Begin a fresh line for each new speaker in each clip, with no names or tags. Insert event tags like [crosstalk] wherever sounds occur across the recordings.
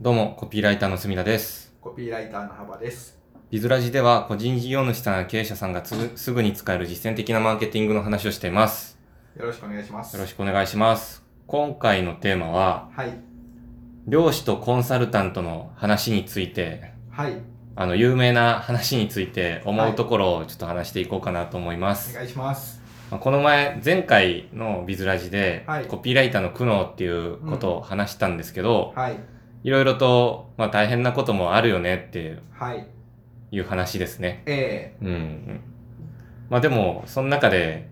どうも、コピーライターの隅田です。
コピーライターの幅です。
ビズラジでは、個人事業主さんや経営者さんがつぐすぐに使える実践的なマーケティングの話をしています。
よろしくお願いします。
よろしくお願いします。今回のテーマは、
はい。
漁師とコンサルタントの話について、
はい。
あの、有名な話について思うところをちょっと話していこうかなと思います。
お願いします。
まあこの前、前回のビズラジで、
はい
コピーライターの苦悩っていうことを話したんですけど、
はい。
いろいろと、まあ大変なこともあるよねって
はい。
いう話ですね。
え
うん。まあでも、その中で、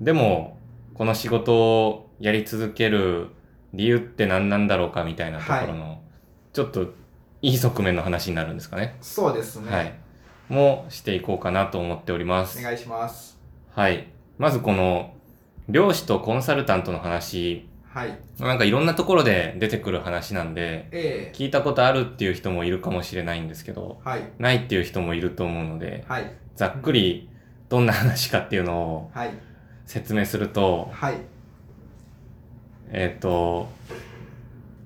でも、この仕事をやり続ける理由って何なんだろうかみたいなところの、ちょっといい側面の話になるんですかね。
ー、そうですね。
はい。もしていこうかなと思っております
お。願いします。
はい。まずこの、漁師とコンサルタントの話、
はい。
なんかいろんなところで出てくる話なんで、
え
聞いたことあるっていう人もいるかもしれないんですけど、
ー、はい。
ないっていう人もいると思うので、
はい。
ざっくりどんな話かっていうのを
はい。
説明すると、
はい。
えっ、と、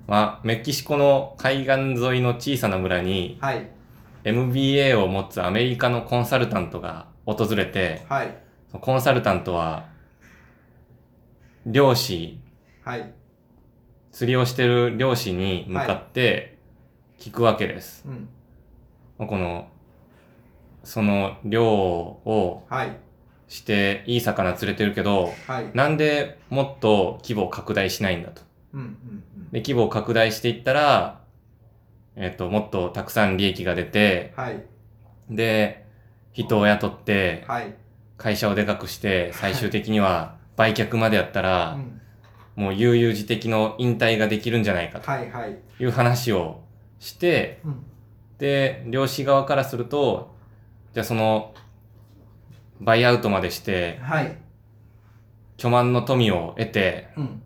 まあ、メキシコの海岸沿いの小さな村に
はい。
MBA を持つアメリカのコンサルタントが訪れて、
はい。
そのコンサルタントは漁師、
はい。
釣りをしてる漁師に向かって聞くわけです。
うん。
まあこの、その漁を
はい。
していい魚釣れてるけど、
はい。
なんでもっと規模を拡大しないんだと。
うん。うん。う
で、
ん。
規模を拡大していったら、えっ、と、もっとたくさん利益が出て、
はい。
で、人を雇って、
はい。
会社をでかくして、最終的には売却までやった
う
ら、
ん。
もう悠々自適の引退ができるんじゃないかと
はい。はい。
いう話をして、
うん。
で、漁師側からすると、じゃあその、バイアウトまでして、
はい。
巨万の富を得て、
うん。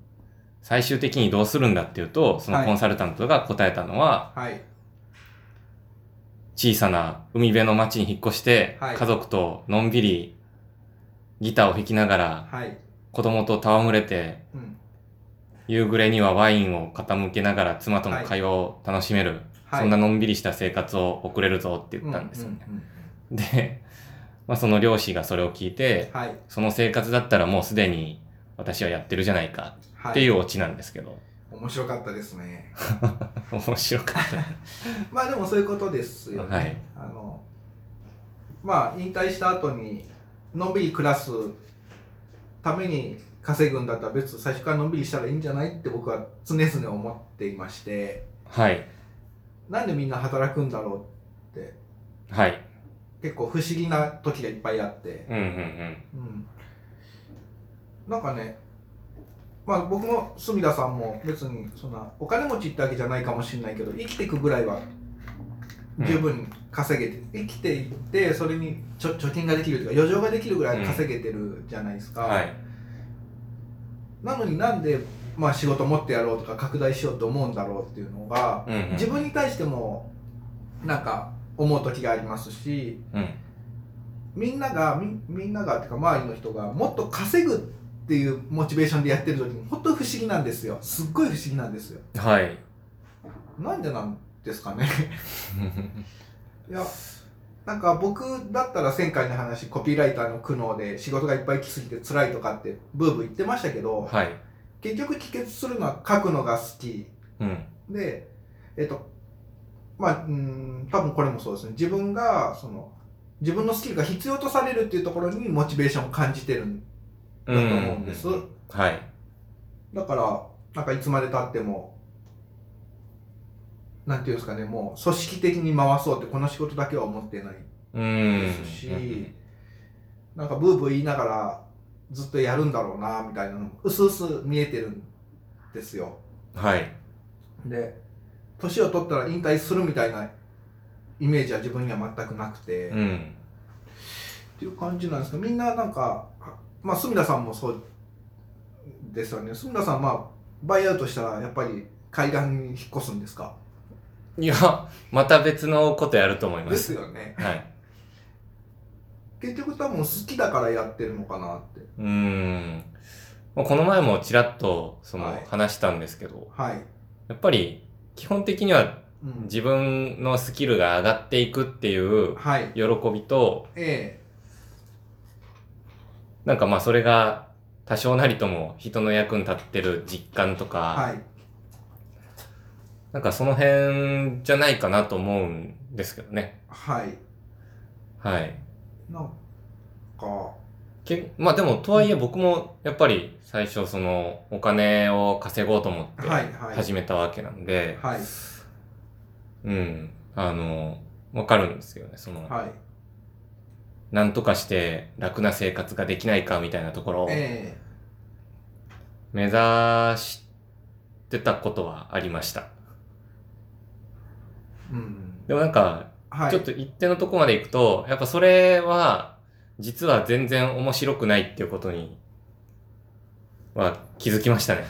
最終的にどうするんだっていうと、そのコンサルタントが答えたのは、
はい。
小さな海辺の町に引っ越して、
はい
家族とのんびりギターを弾きながら
はい。
子供と戯れて
うん。
夕暮れにはワインを傾けながら妻との会話を楽しめる、
はい。
そんな
の
のんびりした生活を送れるぞって言ったんですよね。
うんうん
で、まあ、その漁師がそれを聞いて
うん、はい。
その生活だったらもうすでに私はやってるじゃないか
はい。
っていうオチなんですけど、
面白かったですね。
[laughs] 面白かった。
まあでもそういうことですよね。
はい
あのまあ引退した後にのんびり暮らすために稼ぐんだったら別に最初からのんびりしたらいいんじゃないって僕は常々思っていまして
はい、
なんでみんな働くんだろうって
はい。
結構不思議な時がいっぱいあって、
うんうんうん。
うん、なんかねまあ僕も隅田さんも別にそんなお金持ちってわけじゃないかもしれないけど生きていくぐらいは十分稼げて、生きていってそれにちょ貯金ができるというか余剰ができるぐらい稼げてるじゃないですか、
はい。
なのになんで、まあ、仕事持ってやろうとか拡大しようと思うんだろうっていうのが、
うんうん
自分に対してもなんか思う時がありますし
うん。
みんながみみんながっていうか周りの人がもっと稼ぐっていうモチベーションでやってる時に本当不思議なんですよすっごい不思議なんですよ [laughs]
はい。
なんでなんですかね [laughs] いやなんか僕だったら前回の話コピーライターの苦悩で仕事がいっぱい来すぎて辛いとかってブーブー言ってましたけど
はい。
結局帰結するのは書くのが好き
うん。
でえっとまあうん多分これもそうですね自分がその自分のスキルが必要とされるっていうところにモチベーションを感じてるんだと思うんです、
はい。
だからなんかいつまでたってもなんていうんですかねもう組織的に回そうってこの仕事だけは思ってない
うん。
ですし、なんかブーブー言いながらずっとやるんだろうなみたいなのもうすうす見えてるんですよ
はい。
で年を取ったら引退するみたいなイメージは自分には全くなくて、
う
っ
ん。
ていう感じなんですけどみんななんかあまあ隅田さんもそうですよね隅田さんはまあバイアウトしたらやっぱり海岸に引っ越すんですか
いや、また別のことやると思いま。
ですすよね
はい。
結局多分好きだからやってるのかなって
うん。もうこの前もちらっと、その
は、い
話したんですけど、
はい
やっぱり、基本的には
うん、
自分のスキルが上がっていくっていう
はい。
喜びと、
え
なんかまあそれが多少なりとも人の役に立ってる実感とか、
えはい。
なんかその辺じゃないかなと思うんですけどね。
はい。
はい。
なんか、
けまあでもとはいえ僕もやっぱり最初そのお金を稼ごうと思って
はいはい
始めたわけなんで、
はい。
うん。あの、わかるんですよね。その、
はい。
なんとかして楽な生活ができないかみたいなところを
え
目指してたことはありました。
えうん。
でもなんか、
はい。
ちょっと一定のとこまで行くと、やっぱそれは、実は全然面白くないっていうことに、は気づきましたね。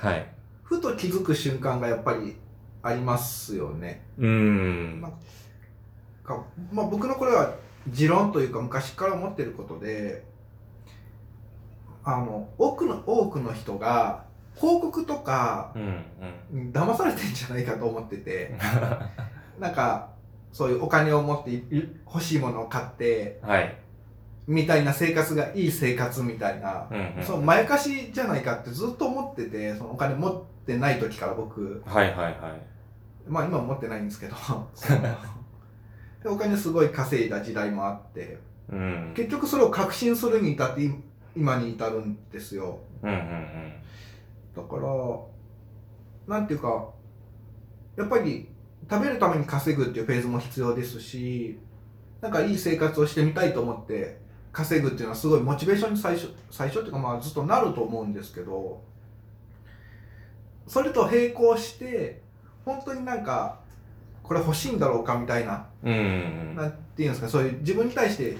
はい。
ふと気づく瞬間がやっぱりありますよね。
うーん。
かまあ、僕のこれは持論というか昔から思ってることであの多くの多くの人が広告とか
うん、 [laughs] うん。
うん騙されてんじゃないかと思っててなんかそういうお金を持ってい欲しいものを買って
はい。
みたいな生活がいい生活みたいな、
うん、うん。
そうまやかしじゃないかってずっと思っててそのお金持ってない時から僕
はいはいはい。
まあ今は持ってないんです
[laughs]
けどそのでお金すごい稼いだ時代もあって
うん。
結局それを確信するに至って今今に至るんですよ
うん、うん、うん。
だからなんていうかやっぱり食べるために稼ぐっていうフェーズも必要ですしなんかいい生活をしてみたいと思って稼ぐっていうのはすごいモチベーションに最初最初っていうかまあずっとなると思うんですけどそれと並行して本当になんかこれ欲しいんだろうかみたいな
うん、う。
なんんていうんですかそういう自分に対して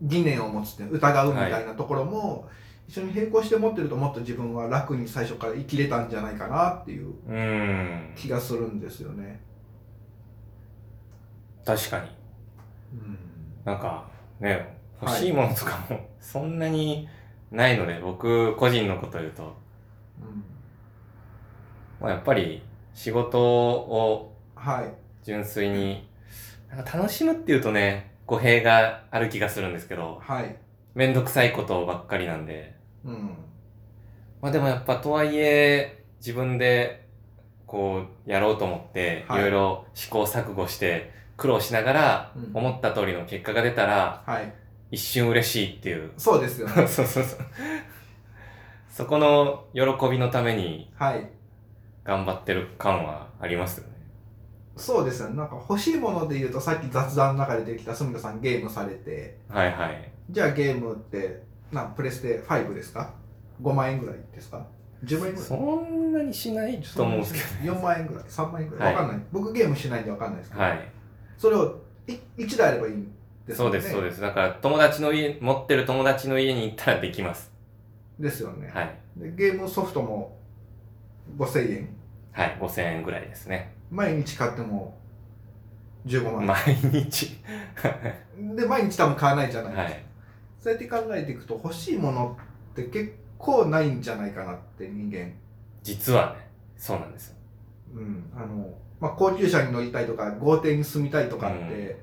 疑念を持つっていう疑うみたいなところも、一緒に並行して持ってるともっと自分は楽に最初から生きれたんじゃないかなっていう
うん。
気がするんですよね。
確かに。
うん
なんか、ね、欲しいものとかも [laughs] そんなにないので、僕個人のこと言うと、
うん
まあ、やっぱり仕事を
はい
純粋に、なんか楽しむっていうとね、語弊がある気がするんですけど、
はい、
めんどくさいことばっかりなんで。
うん、
まあでもやっぱとはいえ、自分でこうやろうと思って、
はい
いろいろ試行錯誤して苦労しながら
うん、
思った通りの結果が出たら、
はい
一瞬嬉しいっていう。 [laughs]
そうですよ
そう
ね。
そうそう。そこの喜びのために
はい
頑張ってる感はありますよね。
そうですよね。なんか欲しいもので言うとさっき雑談の中で出てきた住田さんゲームされて
はいはい。
じゃあゲームってなプレステ5ですか5万円ぐらいですか10万円ぐらい
そんなにしないと思うんですけどね。
4万円ぐらい3万円ぐらい、
は
わ
い
かんない僕ゲームしないんでわかんないですけど、
はい。
それをい1台あればいいんです
そう
よね
です、そう
で
です。だから、友達の家、持ってる友達の家に行ったらできます。
すよね、
はい。
でゲームソフトも5000円
はい、5000円ぐらいですね。
毎日買っても15万円、
毎日。 [laughs]
で毎日多分買わないじゃないですか、
はい。
そうやって考えていくと欲しいものって結構ないんじゃないかなって人間
実はね、そうなんですよ。
うんあのまあ、高級車に乗りたいとか豪邸に住みたいとかって、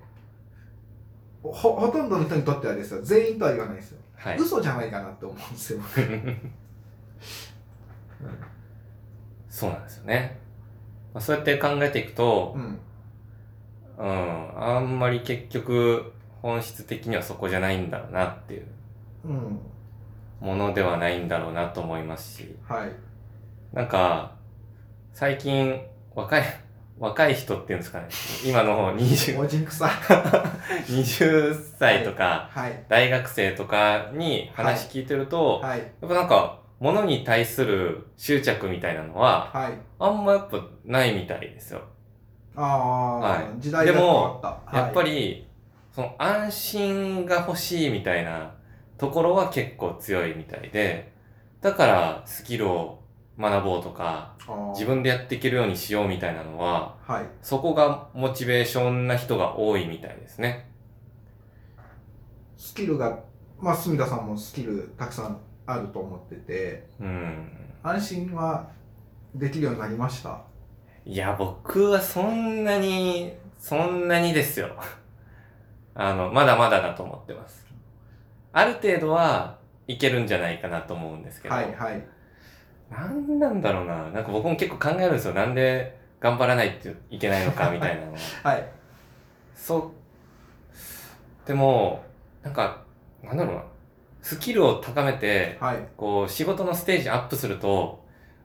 ほほとんどの人にとってはですよ全員とは言わないですよ
はい。
嘘じゃないかなって思うんですよ。
そうなんですよね。まあ、そうやって考えていくと
う、ん、
うん、あんまり結局、本質的にはそこじゃないんだろうなっていう
うん、
ものではないんだろうなと思いますし、 [laughs]
はい、
なんか、最近、若い、若い人っていうんですかね。今の20、 [laughs]
おじんくさ、
20歳とか、
はい、
大学生とかに話聞いてると、
はい、
やっぱなんか、物に対する執着みたいなのは、
はい、
あんまやっぱないみたいですよ。
ああ、
は
時代が変わった。
やっぱ
り、
り、その安心が欲しいみたいなところは結構強いみたいで、だからスキルを学ぼうとか、
あー
自、分でやっていけるようにしようみたいなのは、
はい、
そこがモチベーションな人が多いみたいですね。
スキルが、まあ、住田さんもスキルたくさんあると思ってて、
うん。
安心はできるようになりました。
いや、僕はそんなに、そんなにですよ。 [laughs] あの、まだまだだと思ってます。ある程度はいけるんじゃないかなと思うんですけど、
はいはい。
なんなんだろうな。なんか僕も結構考えるんですよ。なんで頑張らないといけないのかみたいなのを。 [laughs]
はい。
そう。でも、なんか、なんだろうな。スキルを高めて、
はい。
こう、仕事のステージアップすると、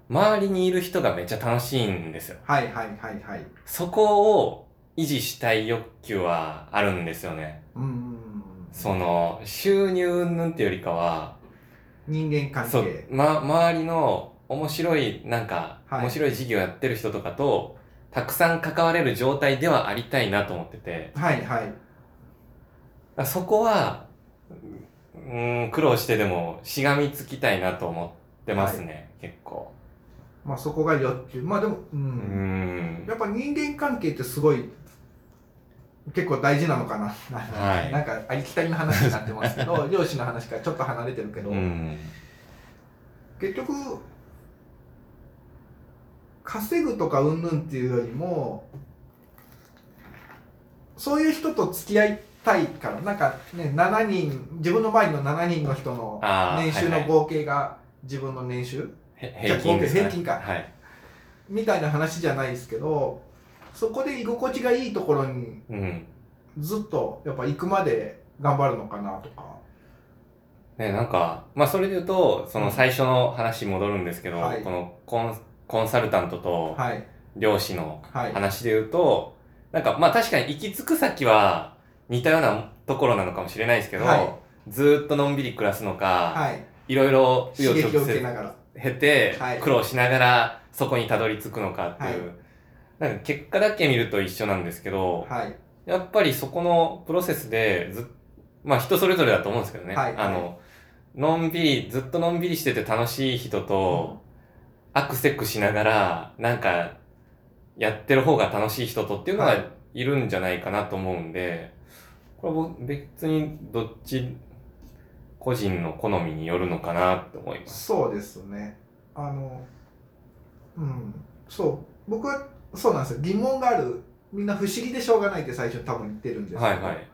周りにいる人がめっちゃ楽しいんですよ。
はいはいはいはい。
そこを維持したい欲求はあるんですよね。
うんうんうん。
その、収入云々っていうよりかは、
人間関
そう
係。、
ま、周りの面白い、なんか、
はい
面白い事業やってる人とかと、たくさん関われる状態ではありたいなと思ってて、
はいはい。
そこは、うーん、苦労してでも、しがみつきたいなと思ってますね、結構。
まあそこが欲求。まあでも、
うー
うん。
ん
や。っぱ人間関係ってすごい、結構大事なのかな。
はい
なんかありきたりな話になってます
[laughs]
けど、漁師の話からちょっと離れてるけど、
うん。
結局、稼ぐとかうんぬんっていうよりも、そういう人と付き合いたいから、なんかね、7人、自分の周りの7人の人の
あー
年収
はい
の
はい
合計が自分の年収
へ
じゃあ
平均ですね
平均か
はい。
みたいな話じゃないですけど、そこで居心地がいいところに
うん。
ずっとやっぱ行くまで頑張るのかなとか。
ね、なんか、まあ、それで言うと、その最初の話に戻るんですけど、
はい
このコンコンサルタントと
はい。
漁師の
はい。
話で言うと、なんか、まあ、確かに行き着く先は似たようなところなのかもしれないですけど、
はい
ずーっとのんびり暮らすのか、
はい。
い、ろいろ
刺
紆余
激を受
曲
け
折
ながら。
経て
はい、
苦労しながらそこにたどり着くのかっていう、なんか結果だけ見ると一緒なんですけど、
はい。
やっぱりそこのプロセスでずっ、まあ人それぞれだと思うんですけどね。
はい
あの、のんびり、ずっとのんびりしてて楽しい人と、アクセックしながら、なんか、やってる方が楽しい人とっていうの
は
が
い
いるんじゃないかなと思うんで、これ僕別にどっち、個人の好みによるのかなって思います。
そうですね。あの、うん。そう。僕は、そうなんですよ。疑問がある。みんな不思議でしょうがないって最初に多分言ってるんですけど
はいはい。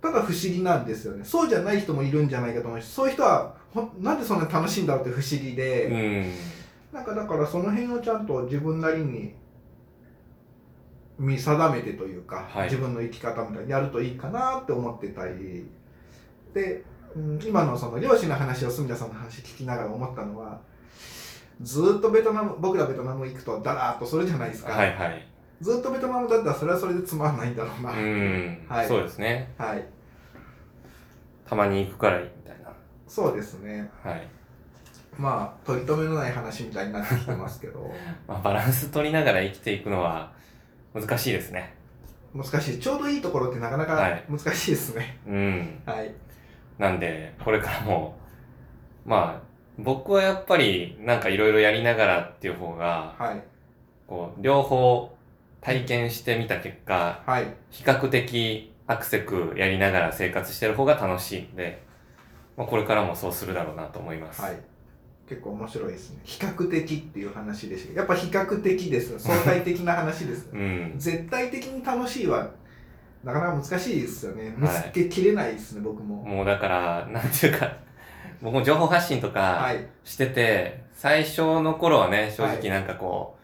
ただ不思議なんですよね。そうじゃない人もいるんじゃないかと思うし、そういう人は、ほんなんでそんなに楽しいんだろうって不思議で、
うん。
なんかだからその辺をちゃんと自分なりに見定めてというか、
はい
自分の生き方みたいにやるといいかなって思ってたりで、うん、今のその漁師の話を住田さんの話聞きながら思ったのはずーっとベトナム僕らベトナム行くとだらーっとするじゃないですか、
はいはい。
ずーっとベトナムだったらそれはそれでつまんないんだろうな、
うん。
はい
そうですね。
はい
たまに行くからいいみたいな。
そうですね
はい。
まあ取り留めのない話みたいになってきてますけ
[laughs]
ど
まあ、バランス取りながら生きていくのは難しいですね。
難しいちょうどいいところってなかな
は
か
い
難しいですね
うん。
はい
なんで、これからも、まあ、僕はやっぱりなんかいろいろやりながらっていう方が、
はい
こう、両方体験してみた結果、
はい
比較的アクセクやりながら生活してる方が楽しいんで、まあ、これからもそうするだろうなと思います。
はい。結構面白いですね。比較的っていう話でしたけどやっぱ比較的です。相対的な話です。
[laughs] うん。
絶対的に楽しいは、なかなか難しいですよね。見
はい
つけきれないですね、僕も。
もうだから、なんていうか、僕も情報発信とか
は、い。
してて、最初の頃はね、正直なんかこ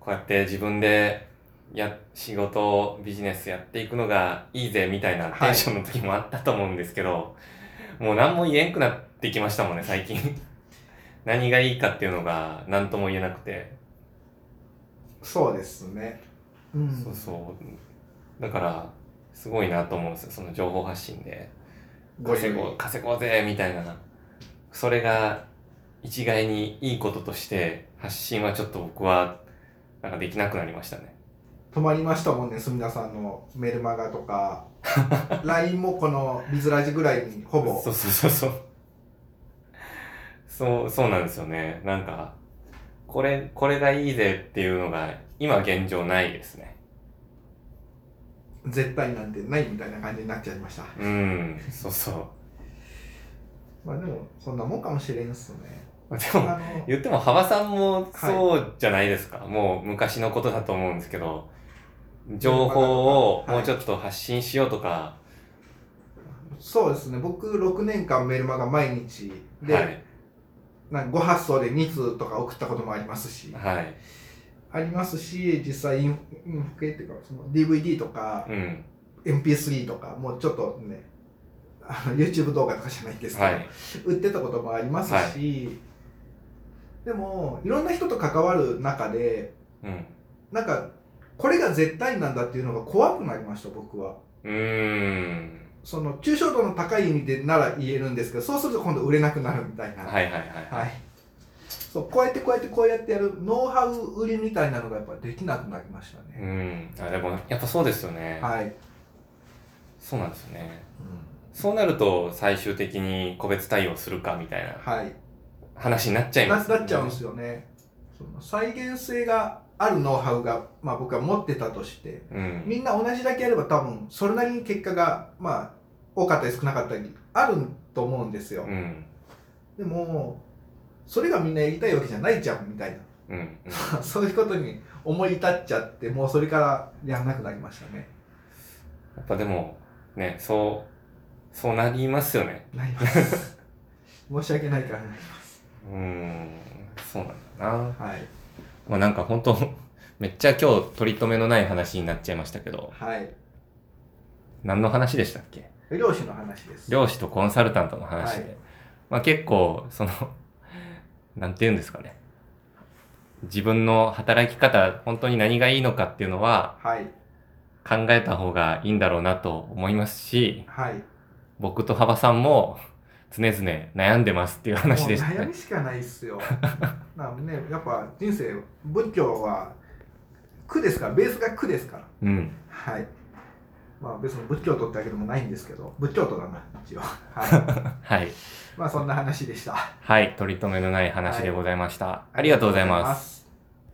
う、こうやって自分でや、仕事、ビジネスやっていくのがいいぜみたいなテンションの時もあったと思うんですけど、もう何も言えんくなってきましたもんね、最近。何がいいかっていうのが何とも言えなくて。
そうですね。うん。
そうそう。だから、すごいなと思うんですよ、その情報発信で。
ご
稼
注意
ごう、稼ごうぜみたいな。それが一概にいいこととして発信はちょっと僕はなんかできなくなりましたね。
止まりましたもんね、すみださんのメルマガと
[laughs]
か。LINE もこのビズラジぐらいにほぼ
そうそうそうそう。そう、そうなんですよね。なんか、これ、これがいいぜっていうのが今現状ないですね。
絶対なんてないみたいな感じになっちゃいました。
うん、そうそう。
まあでも、そんなもんかもしれんっすね。
でも、
あの
言っても幅さんもそうじゃないですか、もう昔のことだと思うんですけど情報を
はい
もうちょっと発信しようとか、
そうですね僕6年間メルマガ毎日
はい、
で、
はい
なんかご発送で2通とか送ったこともありますし、ありますし実際インフインフ系っていうかその DVD とか
うん
MP3 とかもうちょっとねあの YouTube 動画とかじゃないんですけど、
はい
売ってたこともありますし、
は
でもいろんな人と関わる中で
うん
なんかこれが絶対なんだっていうのが怖くなりました僕は
うーん
その抽象度の高い意味でなら言えるんですけどそうすると今度売れなくなるみたいな
はいはいはいは
はい、そうこうやってこうやってこうやってやるノウハウ売りみたいなのがやっぱできなくなりました
い、う
ね、
んあでもやっぱそうですよね、
はい、うん
そうなんですよねそうなると最終的に個別対応するかみたいな
はい
話になっちゃいま
な
す、
なっちゃうんですよねその再現性があるノウハウが、まあ、僕は持ってたとして
うん
みんな同じだけやれば多分それなりに結果がまあ多かったり少なかったりあると思うんですよ、
うん
でもそれがみんなやりたいわけじゃない [laughs] じゃんみたい
うんうん
なそういうことに思い至っちゃってもうそれからやらなくなりましたね
やっぱでもねそうそうなりますよね
なります申し訳ないからなり
うーん、そうなんだな。
ますはい
まあなんか本当めっちゃ今日取り留めのない話になっちゃいましたけど、
はい
何の話でしたっけ
漁師の話です
漁師とコンサルタントの話で。
はい
まあ結構、その、 [laughs] なんて言うんですかね。自分の働き方、本当に何がいいのかっていうのは
はい
考えた方がいいんだろうなと思いますし、
はい
僕と幅さんも常々悩んでますっていう話でした
もう悩
ね。
みしかないっすよなんかねやっぱ人生仏教は苦ですからベースが苦ですから
うん。
はい。まあ別に仏教徒ってわけでもないんですけど、仏教徒だな、一応。は
はい。
い。まあそんな話でした。
はい。取り留めのない話でございました。ありがとうございます。
す。